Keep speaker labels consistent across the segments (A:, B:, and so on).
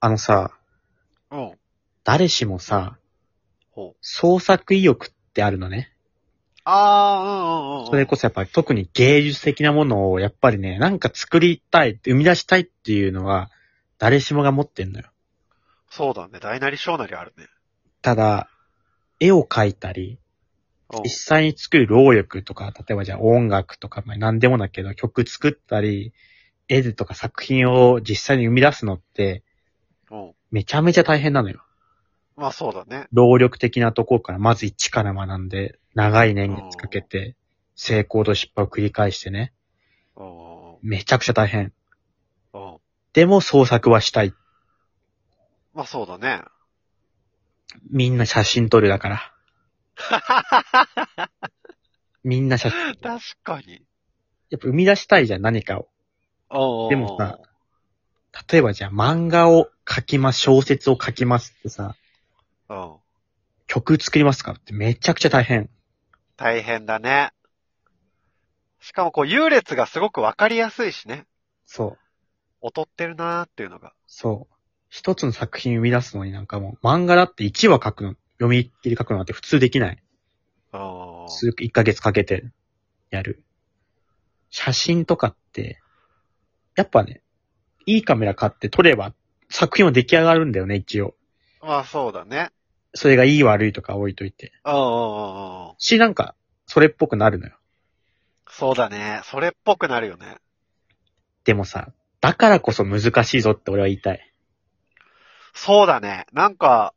A: あのさ、
B: うん。
A: 誰しもさ、
B: ほう。
A: 創作意欲ってあるのね。
B: ああ、うんうんうん。
A: それこそやっぱり特に芸術的なものをやっぱりね、なんか作りたい、生み出したいっていうのは、誰しもが持ってんのよ。
B: そうだね。大なり小なりあるね。
A: ただ、絵を描いたり、
B: うん
A: 実。際に作る労力とか、例えばじゃあ音楽とか、まあ何でもだけど、曲作ったり、絵図とか作品を実際に生み出すのって、
B: うん。
A: めちゃめちゃ大変なのよ。
B: まあそうだね。
A: 労力的なところからまず一から学んで、長い年月かけて、成功と失敗を繰り返してね。
B: うんうん
A: めちゃくちゃ大変。
B: うん。うん。
A: でも創作はしたい。
B: まあそうだね。
A: みんな写真撮るだ から。みんな写真。
B: 確かに。
A: やっぱ生み出したいじゃん、何かを。
B: うんうんうん。
A: でもさ例えばじゃあ漫画を描きます、小説を書きますってさ、
B: うん。
A: 曲作りますかってめちゃくちゃ大変。
B: 大変だね。しかもこう、優劣がすごくわかりやすいしね。
A: そう。
B: 劣ってるなーっていうのが。
A: そう。一つの作品生み出すのになんかもう、漫画だって1話書くの、読み切り書くのって普通できない。
B: うんうんうん。
A: 数、1ヶ月かけて、やる。写真とかって、やっぱね、いいカメラ買って撮れば、作品は出来上がるんだよね、一応。
B: まあそうだね。
A: それがいい悪いとか置いといて。
B: うんうんうんうん。
A: し、なんか、それっぽくなるのよ。
B: そうだね。それっぽくなるよね。
A: でもさ、だからこそ難しいぞって俺は言いたい。
B: そうだね。なんか、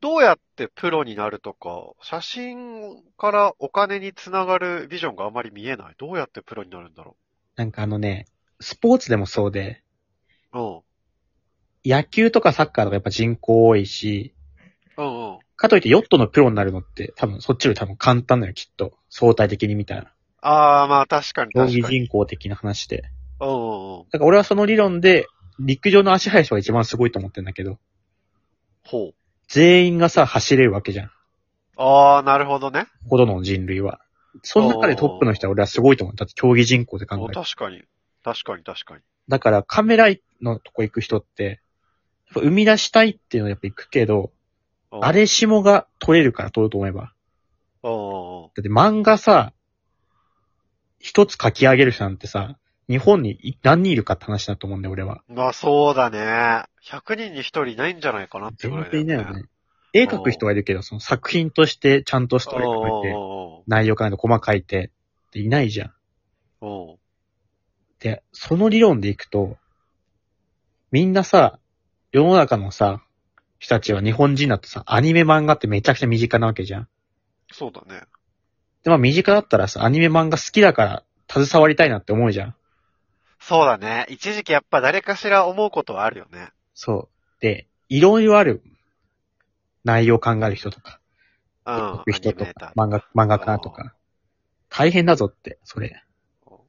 B: どうやってプロになるとか、写真からお金につながるビジョンがあまり見えない。どうやってプロになるんだろ
A: なんかあのね、スポーツでもそうで、
B: う。
A: 野球とかサッカーとかやっぱ人口多いし、
B: うん。うんうん。
A: かといってヨットのプロになるのって多分そっちより多分簡単だよ、きっと。相対的に見たら。
B: ああ、まあ確かに
A: 競
B: 確
A: 技
B: かに。
A: 人口的な話で。
B: うんうんうん。
A: だから俺はその理論で、陸上の足速い人が一番すごいと思ってんだけど、
B: ほう。
A: 全員がさ、走れるわけじゃん。
B: ああ、なるほどね。
A: ほどの人類は。その中でトップの人は俺はすごいと思う。だって競技人口で考
B: お
A: えて。
B: 確かに。確かに確かに。
A: だからカメラのとこ行く人って、やっぱ生み出したいっていうのはやっぱ行くけど、
B: うん
A: 誰しもが撮れるから撮ると思えば。
B: うんうんうん。
A: だって漫画さ、一つ書き上げる人なんてさ、日本にい何人いるかって話だと思うんだよ、俺は。
B: まあそうだね。100人に1人いないんじゃないかなって
A: 全
B: ぐらいだ
A: 然
B: よ
A: い
B: ね。
A: ないよね。絵描く人はいるけど、その作品としてちゃんとストーリー書いて、内容考えて、細書いて、っていないじゃん。
B: うんうんうん。うん。
A: で、その理論でいくと、みんなさ、世の中のさ、人たちは日本人だとさ、アニメ漫画ってめちゃくちゃ身近なわけじゃん。
B: そうだね。
A: で、まあ身近だったらさ、アニメ漫画好きだから、携わりたいなって思うじゃん。
B: そうだね。一時期やっぱ誰かしら思うことはあるよね。
A: そう。で、いろいろある内容を考える人とか、
B: うん。ア
A: 書
B: ニ
A: く
B: メ
A: 人と
B: ータ
A: か
B: ー、
A: 漫画、漫画家とか。大変だぞって、それ。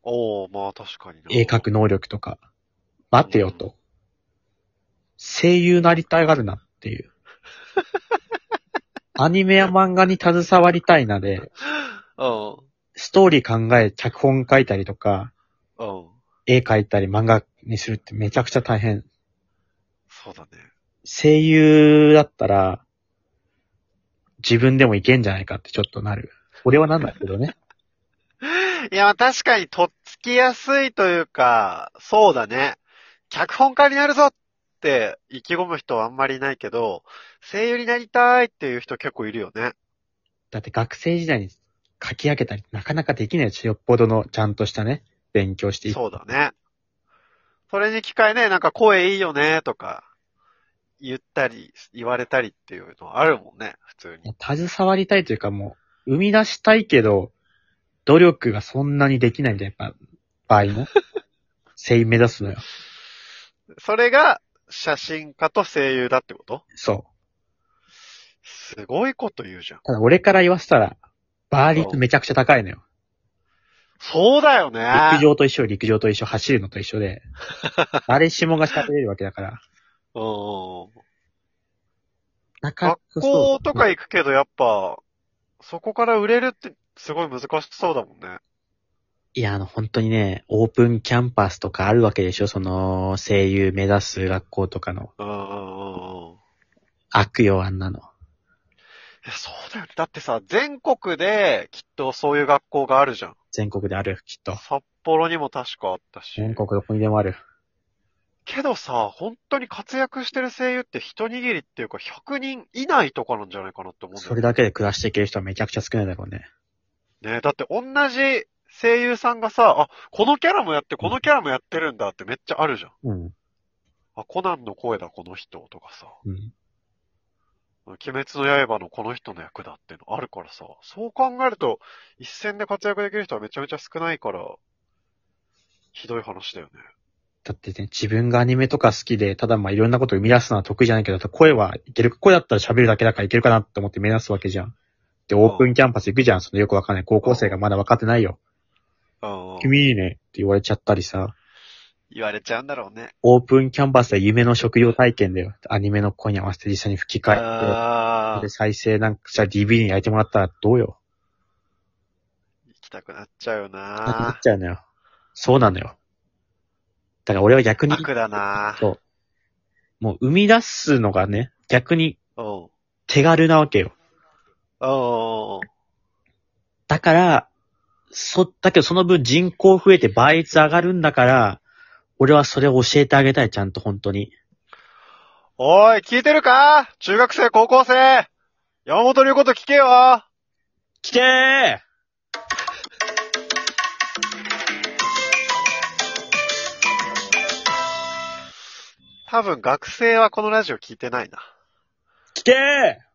B: おおまあ確かにな
A: 絵描く能力とか。待てよと。声優なりたがるなっていう。アニメや漫画に携わりたいなで、
B: う
A: ストーリー考え、脚本書いたりとか、
B: ん。うん。
A: 絵描いたり漫画にするってめちゃくちゃ大変。
B: そうだね。
A: 声優だったら、自分でもいけんじゃないかってちょっとなる。俺はなんだけどね。
B: いや、まあ確かにとっつきやすいというか、そうだね。脚本家になるぞって意気込む人はあんまりいないけど、声優になりたいっていう人結構いるよね。
A: だって学生時代に書き上げたりなかなかできないし、よっぽどのちゃんとしたね、勉強してい
B: そうだね。それに機会ね、なんか声いいよねとか、言ったり、言われたりっていうのあるもんね、普通に。
A: 携わりたいというかもう、生み出したいけど、努力がそんなにできないみたいな場合 ね。声優目指すのよ。
B: それが写真家と声優だってこと
A: そう。
B: すごいこと言うじゃん。
A: ただ俺から言わせたら、バー率めちゃくちゃ高いのよ。
B: そうだよね。
A: 陸上と一緒、陸上と一緒、走るのと一緒 で。誰しもが喋れるわけだから。
B: うん。
A: なかなか
B: 学校とか
A: 行
B: 行くけど、やっぱ、そこから売れるってすごい難しそうだもんね。
A: いや、あの、本当にね、オープンキャンパスとかあるわけでしょその、声優目指す学校とかの。
B: うんうん
A: 悪用あんなの。
B: いやそうだよね。だってさ、全国できっとそういう学校があるじゃん。
A: 全国である、きっと。
B: 札幌にも確かあったし。
A: 全国どこにでもある。
B: けどさ、本当に活躍してる声優って一握りっていうか100人以内とかなんじゃないかなって思うんだ
A: そ
B: よ
A: れ
B: ね。
A: だけで暮らしていける人はめちゃくちゃ少ないだろうね。
B: ねだって同じ声優さんがさ、あ、このキャラもやって、このキャラもやってるんだってめっちゃあるじゃん。
A: うん。
B: あ、コナンの声だこの人とかさ、
A: うん。
B: 鬼滅の刃のこの人の役だっていうのあるからさ、そう考えると一戦で活躍できる人はめちゃめちゃ少ないから、ひどい話だよね。
A: だってね、自分がアニメとか好きで、ただまあいろんなことを生み出すのは得意じゃないけど、声はいける、声だったら喋るだけだからいけるかなって思って目指すわけじゃん。で、オープンキャンパス行くじゃん、そのよくわかんない。高校生がまだ分かってないよ。
B: うん。
A: 君いいねって言われちゃったりさ、
B: 言われちゃうんだろうね。
A: オープンキャンパスで夢の職業体験だよ。アニメの声に合わせて実際に吹き替えて、
B: あ
A: で
B: ー
A: 再生なんかしたら DVD に焼いてもらったらどうよ。
B: 行きたくなっちゃう
A: なくなっ
B: な
A: ちゃうのよ。そうなのよ。だから俺は逆に、
B: 悪だな
A: そう。もう生み出すのがね、逆に
B: うん。うん。
A: 手軽なわけよ。だから、そ、だけどその分人口増えて倍率上がるんだから、俺はそれを教えてあげたい、ちゃんと本当に。
B: おい、聞いてるか中学生、高校生山本の言うこと聞けよ
A: 来てー
B: 多分学生はこのラジオ聞いてないな。
A: 来てー